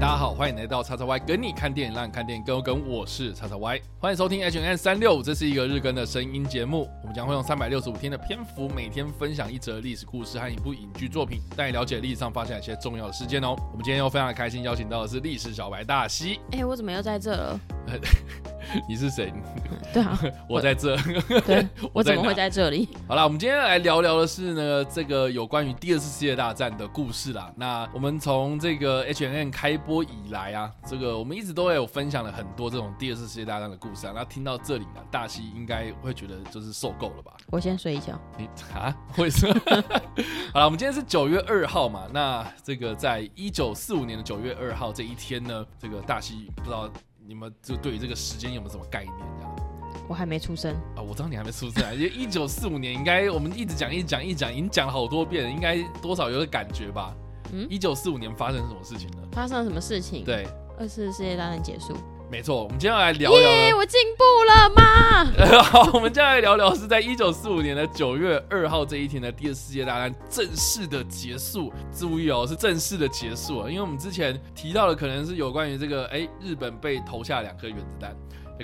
大家好，欢迎来到叉叉 Y 跟你看电影，让你看电影更有梗。我是叉叉 Y，欢迎收听 H N 三六五，这是一个日更的声音节目。我们将会用三百六十五天的篇幅，每天分享一则历史故事和一部影剧作品，带你了解历史上发生的一些重要的事件哦。我们今天又非常开心，邀请到的是历史小白大西。 哎、我怎么又在这了？你是谁？ 对 啊，我在这。对，我在怎么哪会在这里？好啦，我们今天来聊聊的是呢，这个有关于第二次世界大战的故事啦。那我们从这个 H N N 开播以来啊，这个我们一直都有分享了很多这种第二次世界大战的故事啊。那听到这里呢，大西应该会觉得就是受够了吧？ 我先睡一觉。你啊，为什么？ 好了，我们今天是九月二号嘛，那这个在一九四五年的九月二号这一天呢，这个大西不知道你们就对于这个时间有没有什么概念这样？我还没出生，啊，我知道你还没出生啊，因为一九四五年应该我们一直讲一直讲一直讲，已经讲了好多遍了，应该多少有个感觉吧？嗯嗯，一九四五年发生什么事情呢？发生了什么事情？，对，二次世界大战结束。没错，我们今天要来聊聊耶呢，我进步了吗？好， 我们接下来聊聊是在一九四五年的九月二号这一天呢，第二次世界大战正式的结束。注意哦，是正式的结束啊，因为我们之前提到的可能是有关于这个，哎，日本被投下两颗原子弹。哎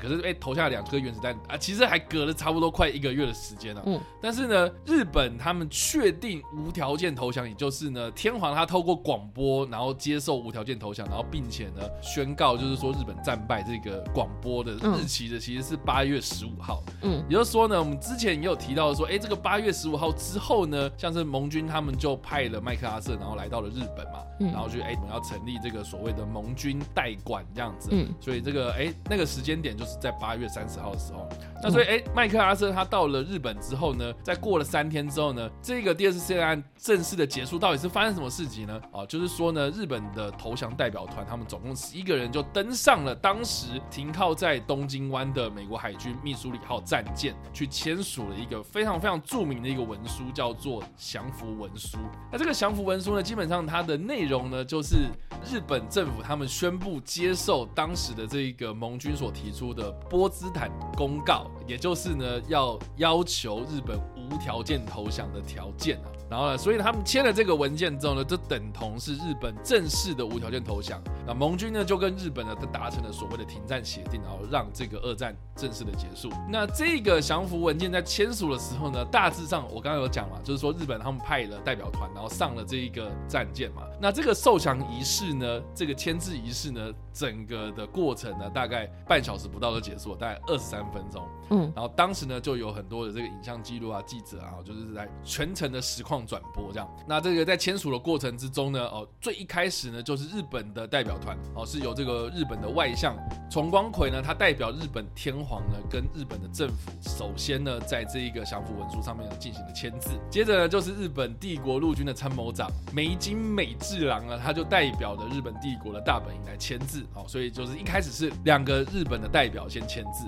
可是被投下两颗原子弹啊，其实还隔了差不多快一个月的时间呢、啊嗯但是呢，日本他们确定无条件投降，也就是呢，天皇他透过广播，然后接受无条件投降，然后并且呢宣告，就是说日本战败这个广播的嗯日期的其实是八月十五号。嗯，也就是说呢，我们之前也有提到说，哎，这个八月十五号之后呢，像是盟军他们就派了麦克阿瑟，然后来到了日本嘛，嗯然后去哎，诶我们要成立这个所谓的盟军代管这样子。嗯所以这个哎，那个时间点就是在八月三十号的时候。那所以哎，麦克阿瑟他到了日本之后呢，在过了三天之后呢，这个第二次世界大战正式的结束，到底是发生什么事情呢？啊，就是说呢，日本的投降代表团他们总共十一个人就登上了当时停靠在东京湾的美国海军密苏里号战舰，去签署了一个非常非常著名的一个文书，叫做降服文书。那这个降服文书呢，基本上它的内容呢，就是日本政府他们宣布接受当时的这个盟军所提出的波茨坦公告，也就是呢要要求日本无条件投降的条件啊。然后呢，所以他们签了这个文件之后呢，就等同是日本正式的无条件投降。那盟军呢就跟日本呢达成了所谓的停战协定，然后让这个二战正式的结束。那这个降服文件在签署的时候呢，大致上我刚刚有讲嘛，就是说日本他们派了代表团，然后上了这一个战舰嘛。那这个受降仪式呢，这个签字仪式呢，整个的过程呢，大概半小时不到就结束了，大概二十三分钟。嗯，然后当时呢，就有很多的这个影像记录啊、记者啊，就是在全程的实况转播这样。那这个在签署的过程之中呢，哦，最一开始呢，就是日本的代表团哦，是由这个日本的外相重光葵呢，他代表日本天皇呢，跟日本的政府，首先呢，在这一个降服文书上面进行了签字。接着呢，就是日本帝国陆军的参谋长梅津美治郎啊呢，他就代表了日本帝国的大本营来签字。哦，所以就是一开始是两个日本的代表先签字。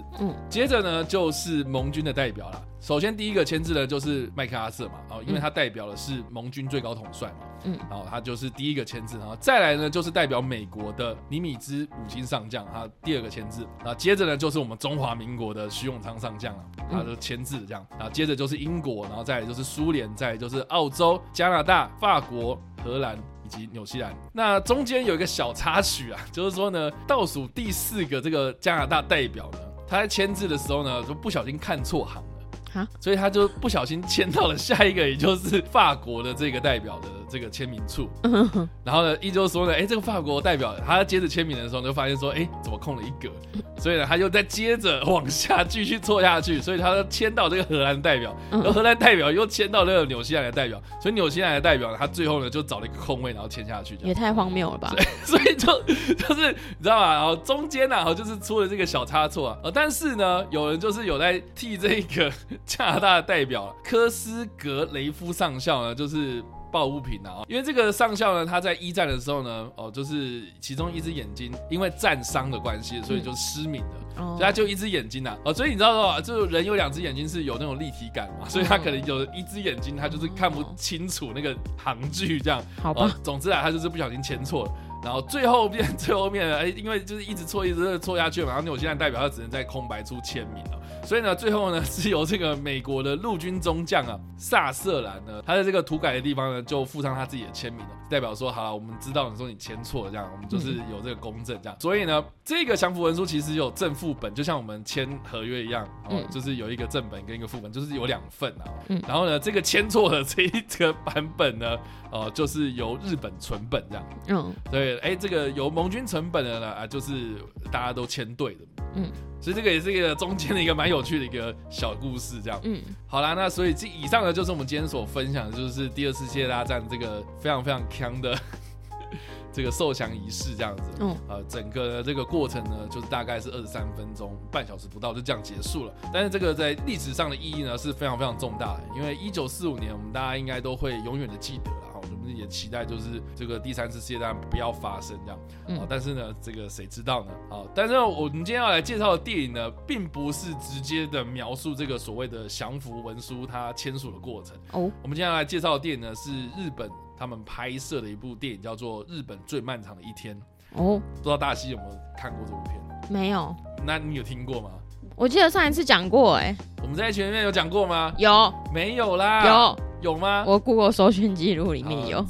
接着呢，就是盟军的代表啦。首先第一个签字的就是麦克阿瑟嘛，哦，因为他代表的是盟军最高统帅嘛，嗯，然后他就是第一个签字，然后再来呢就是代表美国的尼米兹五星上将，他第二个签字，然后接着呢就是我们中华民国的徐永昌上将啊，他就签字这样，然后接着就是英国，然后再来就是苏联，再来就是澳洲、加拿大、法国、荷兰。以及纽西兰，那中间有一个小插曲啊，就是说呢，倒数第四个这个加拿大代表呢，他在签字的时候呢，就不小心看错行了，啊，所以他就不小心签到了下一个，也就是法国的这个代表的这个签名处。嗯然后呢，依旧说呢，哎，这个法国代表他接着签名的时候，就发现说，哎，怎么空了一格？所以呢，他就再接着往下继续错下去，所以他就签到这个荷兰代表，嗯然后荷兰代表又签到那个纽西兰的代表，所以纽西兰的代表呢，他最后呢就找了一个空位，然后签下去这样也。太荒谬了吧！ 所以就就是你知道吗？然后中间呢、啊，就是出了这个小差错啊。呃，但是呢，有人就是有在替这个 加拿大的代表科斯格雷夫上校呢，就是。抱不平啊！因为这个上校呢，他在一战的时候呢，哦，就是其中一只眼睛因为战伤的关系，所以就失明了。哦所以他就一只眼睛呐、啊，哦，所以你知道的话，就是人有两只眼睛是有那种立体感嘛，所以他可能有一只眼睛他就是看不清楚那个行距这样。好哦吧，，总之啊，他就是不小心签错了。然后最后面啊最后面，哎，因为就是一直错一直错下去嘛，然后纽西兰代表他只能在空白处签名了，所以呢，最后呢是由这个美国的陆军中将啊萨瑟兰呢，他在这个涂改的地方呢就附上他自己的签名了，代表说好了，我们知道你说你签错了，这样我们就是有这个公证这样。所以呢，这个降服文书其实有正副本，就像我们签合约一样，哦，嗯就是有一个正本跟一个副本，就是有两份啊。嗯然后呢，这个签错的这一个版本呢，哦，就是由日本存本这样。嗯对，哎，这个有盟军成本的呢，啊，就是大家都签对的，嗯嗯，所以这个也是一个中间的一个蛮有趣的一个小故事，这样。嗯，好啦，那所以这以上呢，就是我们今天所分享的，就是第二次世界大战这个非常非常强的 这个受降仪式，这样子。嗯呃，整个这个过程呢，就是大概是二十三分钟，半小时不到就这样结束了。但是这个在历史上的意义呢是非常非常重大的，因为一九四五年我们大家应该都会永远的记得啦。我们也期待就是这个第三次世界大战不要发生这样。嗯哦，但是呢，这个谁知道呢？哦，但是呢我们今天要来介绍的电影呢，并不是直接的描述这个所谓的降服文书它签署的过程。哦，我们接下来介绍的电影呢，是日本他们拍摄的一部电影，叫做《日本最漫长的一天》。哦，不知道大西有没有看过这部片？没有，那你有听过吗？我记得上一次讲过、哎，我们在前面有讲过吗？有、没有啦，有，有有吗？我 Google 搜寻记录里里面有，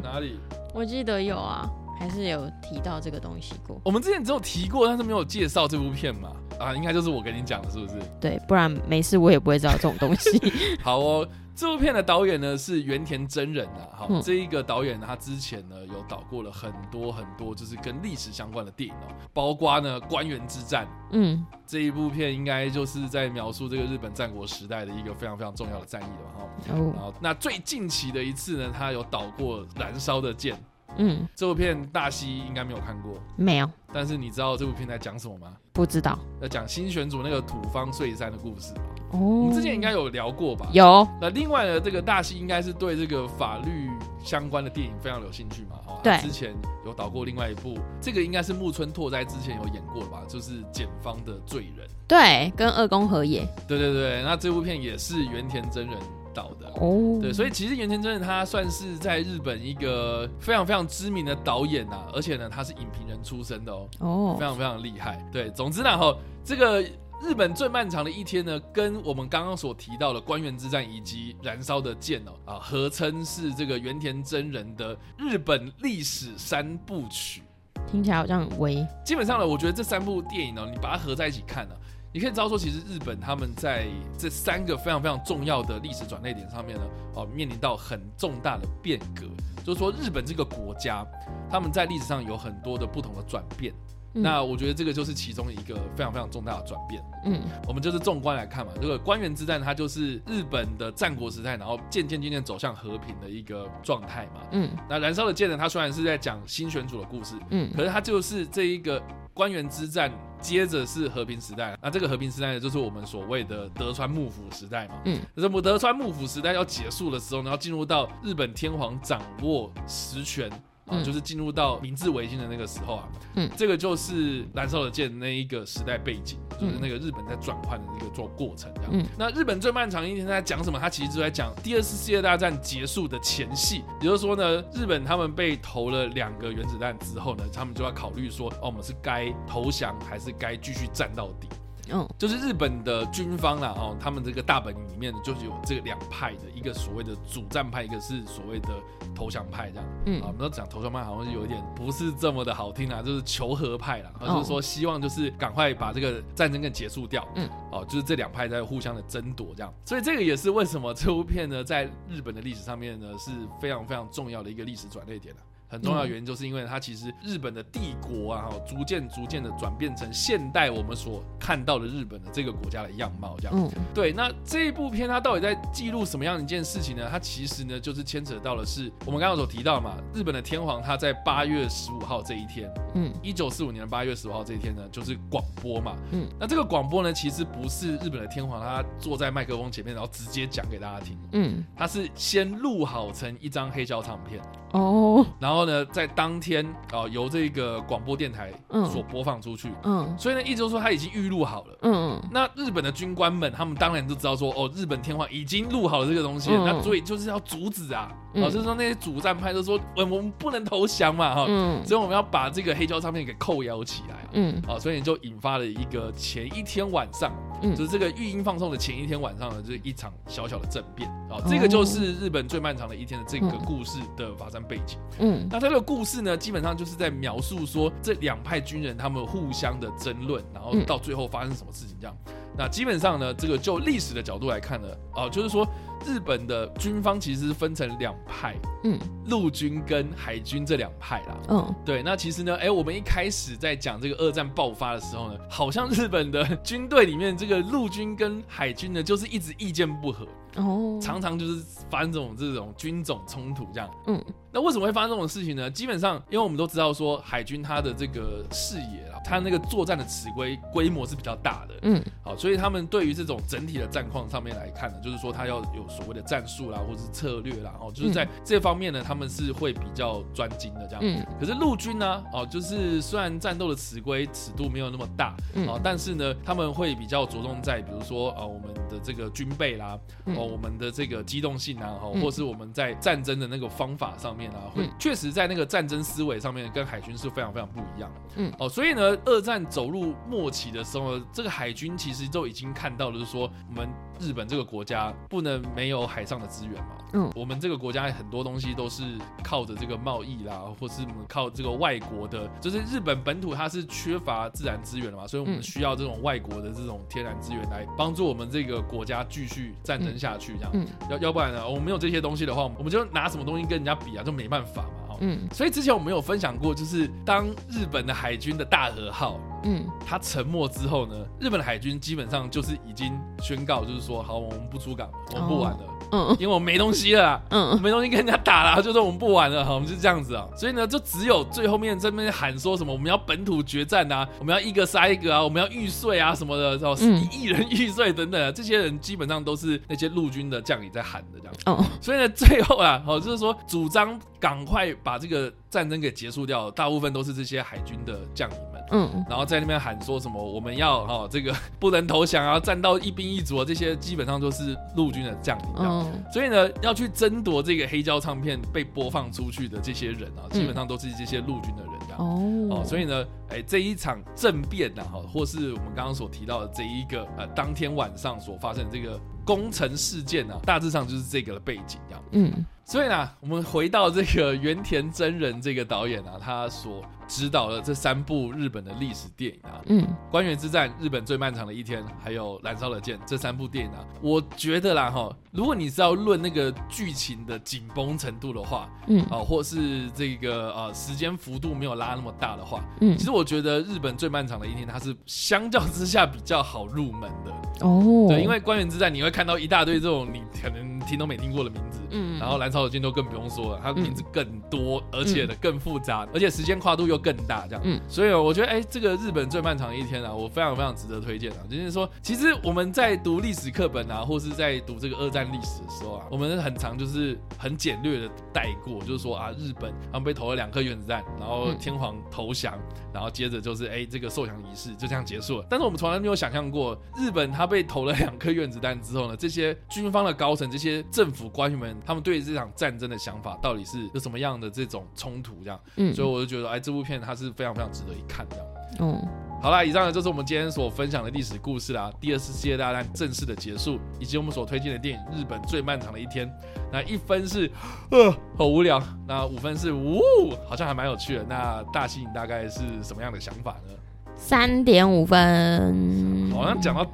哪里？我记得有啊，还是有提到这个东西过，我们之前只有提过，但是没有介绍这部片嘛？啊，应该就是我跟你讲的，是不是？对，不然没事我也不会知道这种东西， 好哦，这部片的导演呢是原田真人啊。好，嗯这一个导演呢，他之前呢有导过了很多很多，就是跟历史相关的电影哦，包括呢《官员之战》嗯这一部片，应该就是在描述这个日本战国时代的一个非常非常重要的战役了哈。然哦，后，那最近期的一次呢，他有导过《燃烧的剑》嗯，这部片，大西应该没有看过，没有，但是你知道这部片在讲什么吗？不知道，要讲新选组那个土方岁三的故事嘛。哦，我们之前应该有聊过吧？有，那另外呢，这个大西应该是对这个法律相关的电影非常有兴趣嘛，哦，对他之前有导过另外一部，这个应该是木村拓哉之前有演过的吧，就是《检方的罪人》。对，跟二宫和也，对对对，那这部片也是原田真人导的，哦，对，所以，以其实原田真人他算是在日本一个非常非常知名的导演呐、而且呢他是影评人出身的哦，哦非，常非常厉害。对，总之呢哈，这个日本最漫长的一天呢，跟我们刚刚所提到的官员之战以及燃烧的剑哦啊，合称是这个原田真人的日本历史三部曲。听起来好像很微，基本上呢，我觉得这三部电影呢，你把它合在一起看呢、你可以知道说，其实日本他们在这三个非常非常重要的历史转捩点上面呢，哦，面临到很重大的变革，就是说日本这个国家，他们在历史上有很多的不同的转变。嗯那我觉得这个就是其中一个非常非常重大的转变。嗯我们就是纵观来看嘛，这个官员之战，它就是日本的战国时代，然后渐渐渐渐走向和平的一个状态嘛。嗯那燃烧的剑呢，它虽然是在讲新选组的故事，嗯，可是它就是这一个官员之战，接着是和平时代。那这个和平时代呢，就是我们所谓的德川幕府时代嘛。嗯，那么德川幕府时代要结束的时候呢，要进入到日本天皇掌握实权。啊，嗯就是进入到明治维新的那个时候啊，嗯这个就是《燃烧的剑》那一个时代背景，就是嗯那个日本在转换的那个做过程这样。嗯那日本最漫长一天在讲什么？它其实就在讲第二次世界大战结束的前戏，也就是说呢，日本他们被投了两个原子弹之后呢，他们就要考虑说，哦，我们是该投降还是该继续战到底？嗯就是日本的军方啦，哦，他们这个大本营里面就是有这两派的，一个所谓的主战派，一个是所谓的投降派这样。嗯啊，我们都讲投降派好像是有一点不是这么的好听啦，就是求和派啦，哦就是说希望就是赶快把这个战争给结束掉。嗯，哦，就是这两派在互相的争夺这样，所以这个也是为什么这部片呢，在日本的历史上面呢是非常非常重要的一个历史转捩点啊。很重要嗯的原因就是因为它其实日本的帝国啊，哈逐渐逐渐的转变成现代我们所看到的日本的这个国家的样貌这样。嗯对，那这一部片它到底在记录什么样一件事情呢？它其实呢，就是牵扯到的是我们刚刚所提到嘛，日本的天皇他在八月十五号这一天，嗯一九四五年的八月十五号这一天呢，就是广播嘛。嗯，那这个广播呢，其实不是日本的天皇他坐在麦克风前面，然后直接讲给大家听，嗯，他是先录好成一张黑胶唱片，哦，然后呢，在当天啊、呃由这个广播电台嗯所播放出去。嗯所以呢，意思就是说他已经预录好了。嗯那日本的军官们，他们当然就知道说，哦，日本天皇已经录好了这个东西了，嗯那所以就是要阻止啊，哦，就是说那些主战派就说，哎我我们不能投降嘛，哈，嗯所以我们要把这个黑胶唱片给扣押起来啊。嗯啊，所以就引发了一个前一天晚上，嗯就是这个育婴放送的前一天晚上呢，就是一场小小的政变啊，这个就是日本最漫长的一天的这个哦嗯故事的发生背景。嗯那它的故事呢，基本上就是在描述说这两派军人他们互相的争论，然后嗯到最后发生什么事情这样。那基本上呢，这个就历史的角度来看呢，哦、就是说日本的军方其实是分成两派，嗯陆军跟海军这两派啦。嗯对，那其实呢，哎，我们一开始在讲这个二战爆发的时候呢，好像日本的军队里面这个陆军跟海军呢，就是一直意见不合，哦，常常就是发生这种这种军种冲突这样。嗯那为什么会发生这种事情呢？基本上，因为我们都知道说海军它的这个视野啊，它那个作战的尺规规模是比较大的，嗯好，所以他们对于这种整体的战况上面来看呢，就是说他要有所谓的战术啦，或者是策略啦，哦，就是在这方面呢，他们是会比较专精的这样。嗯可是陆军呢、哦，就是虽然战斗的尺规尺度没有那么大，嗯哦，但是呢，他们会比较着重在，比如说呃，我们的这个军备啦，嗯哦，我们的这个机动性啊，哦，嗯或是我们在战争的那个方法上面啊，会嗯确实在那个战争思维上面跟海军是非常非常不一样的。嗯哦，所以呢，二战走入末期的时候呢，这个海军其实就已经看到了，就是说我们日本这个国家不能没有海上的资源嘛。嗯我们这个国家很多东西都是靠着这个贸易啦，或是我们靠这个外国的，就是日本本土它是缺乏自然资源的嘛，所以我们嗯需要这种外国的这种天然资源来帮助我们这个国家继续战争下去，这样。嗯要要不然呢，我们没有这些东西的话，我们就拿什么东西跟人家比啊，就没办法嘛。哦嗯所以之前我们有分享过，就是当日本的海军的大和号嗯它沉没之后呢，日本的海军基本上就是已经宣告，就是说好，我们不出港，我们不玩了，嗯因为我们没东西了啊。我 嗯没东西跟人家打了，就说我们不玩了，好，我们就这样子啊。所以呢，就只有最后面这边喊说什么我们要本土决战啊，我们要一个杀一个啊，我们要玉碎啊什么的，然后嗯一亿人玉碎等等啊，这些人基本上都是那些陆军的将领在喊的这样。哦所以呢，最后啊，好、就是说主张赶快把这个战争给结束掉，大部分都是这些海军的将领们。嗯然后在那边喊说什么我们要哦这个不能投降啊，战到一兵一卒啊，这些基本上都是陆军的将领这样。嗯所以呢，要去争夺这个黑胶唱片被播放出去的这些人啊，基本上都是这些陆军的人啊。哦哦，所以呢，哎，这一场政变呐、哈，或是我们刚刚所提到的这一个呃，当天晚上所发生的这个攻城事件啊，大致上就是这个的背景这样。嗯所以呢，我们回到这个原田真人这个导演啊，他所指导的这三部日本的历史电影啊，嗯《官员之战》、日本最漫长的一天，还有《燃烧的剑》这三部电影啊，我觉得啦哈，如果你是要论那个剧情的紧绷程度的话，嗯啊、或是这个呃时间幅度没有拉那么大的话，嗯其实我觉得日本最漫长的一天它是相较之下比较好入门的，哦，对，因为《官员之战》你会看到一大堆这种你可能听都没听过的名字，嗯然后《燃烧的剑》就更不用说了，它的名字更多，而且呢更复杂，而且时间跨度又更大，这样。嗯所以我觉得，哎，这个日本最漫长的一天啊，我非常非常值得推荐啊。就是说，其实我们在读历史课本啊，或是在读这个二战历史的时候啊，我们很常就是很简略的带过，就是说啊，日本他们被投了两颗原子弹，然后嗯天皇投降，然后接着就是哎这个受降仪式就这样结束了。但是我们从来没有想象过，日本他被投了两颗原子弹之后呢，这些军方的高层、这些政府官员们，他们对这场战争的想法到底是有什么样的这种冲突？这样，嗯所以我就觉得，哎，这部片它是非常非常值得一看这样。哦好啦，以上呢就是我们今天所分享的历史故事啦，第二次世界大战正式的结束，以及我们所推荐的电影《日本最漫长的一天》。那一分是， 呃，好无聊；那五分是，呜，好像还蛮有趣的。那大西你大概是什么样的想法呢？三点五分，好像讲到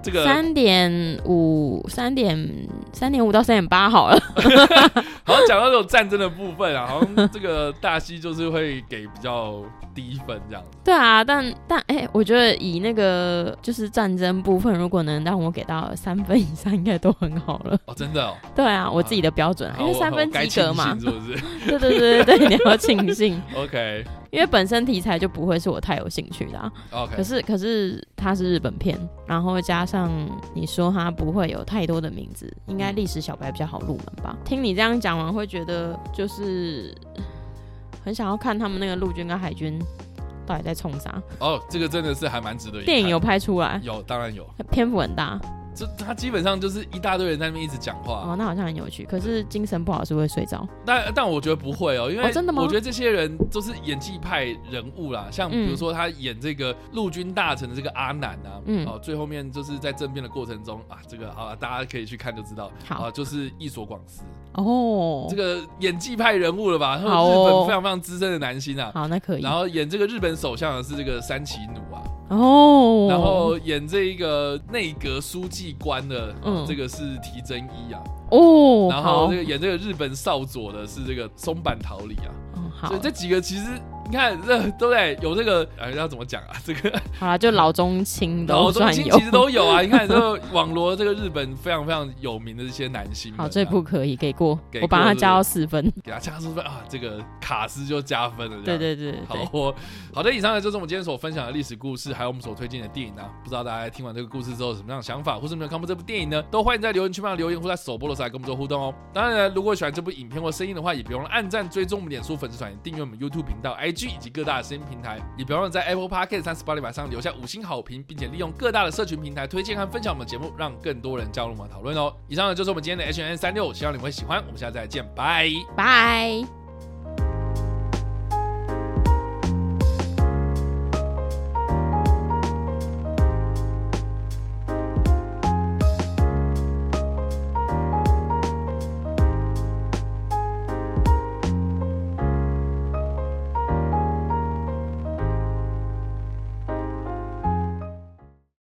这个，嗯三点五三点三点五到三点八好了， 好像讲到这种战争的部分啊，好像这个大西就是会给比较低分这样子。对啊，但但哎、我觉得以那个就是战争部分，如果能让我给到三分以上，应该都很好了。 哦，真的哦，对啊，我自己的标准啊，好因为三分我该及格嘛庆。幸是不是 对对对对对，你要庆幸， ？OK 因为本身题材就不会是我太有兴趣的、啊。可 OK，是可是它是日本片，然后加上你说它不会有太多的名字，应该历史小白比较好入门嗯吧？听你这样讲完，会觉得就是很想要看他们那个陆军跟海军到底在冲啥。哦，这个真的是还蛮值得一看的。电影有拍出来，有，当然有。篇幅很大，就他基本上就是一大堆人在那边一直讲话。哦，那好像很有趣。可是精神不好是会睡着，但但我觉得不会哦，因为哦真的吗我觉得这些人都是演技派人物啦，像比如嗯说他演这个陆军大臣的这个阿南啊，嗯哦，最后面就是在政变的过程中啊，这个啊大家可以去看就知道，好啊，就是一所广司哦这。个演技派人物了吧？他好们日哦本非常非常资深的男星啊，好，那可以。然后演这个日本首相的是这个山崎努啊，哦，然后演这一个内阁书记官的，哦嗯这个是提真一啊，哦，然好后这个演这个日本少佐的是这个松坂桃李啊，嗯好所以，这几个其实你看呃这都在有这个哎要怎么讲啊？这个好啦，就老中青老都中算青有其。实都有啊，你看这个网罗这个日本非常非常有名的这些男星们啊，好，这部可以给过给，过我把它加到四分。给他加分啊，这个卡斯就加分了，这对样。对对对好对，哦，好的，以上呢就是我们今天所分享的历史故事，还有我们所推荐的电影啊。不知道大家听完这个故事之后有什么样的想法，或是没有看过这部电影呢？都欢迎在留言区帮我留言，或在首播的时候来跟我们做互动哦。当然呢，如果喜欢这部影片或声音的话，也别忘了按赞、追踪我们脸书粉丝团、订阅我们 YouTube 频道、IG 以及各大的声音平台，也别忘了在 Apple Podcast 和 Spotify 上留下五星好评，并且利用各大的社群平台推荐和分享我们的节目，让更多人加入我们的讨论哦。以上呢就是我们今天的 H N 三六，希望你们会喜欢，我们下次再见，拜。拜。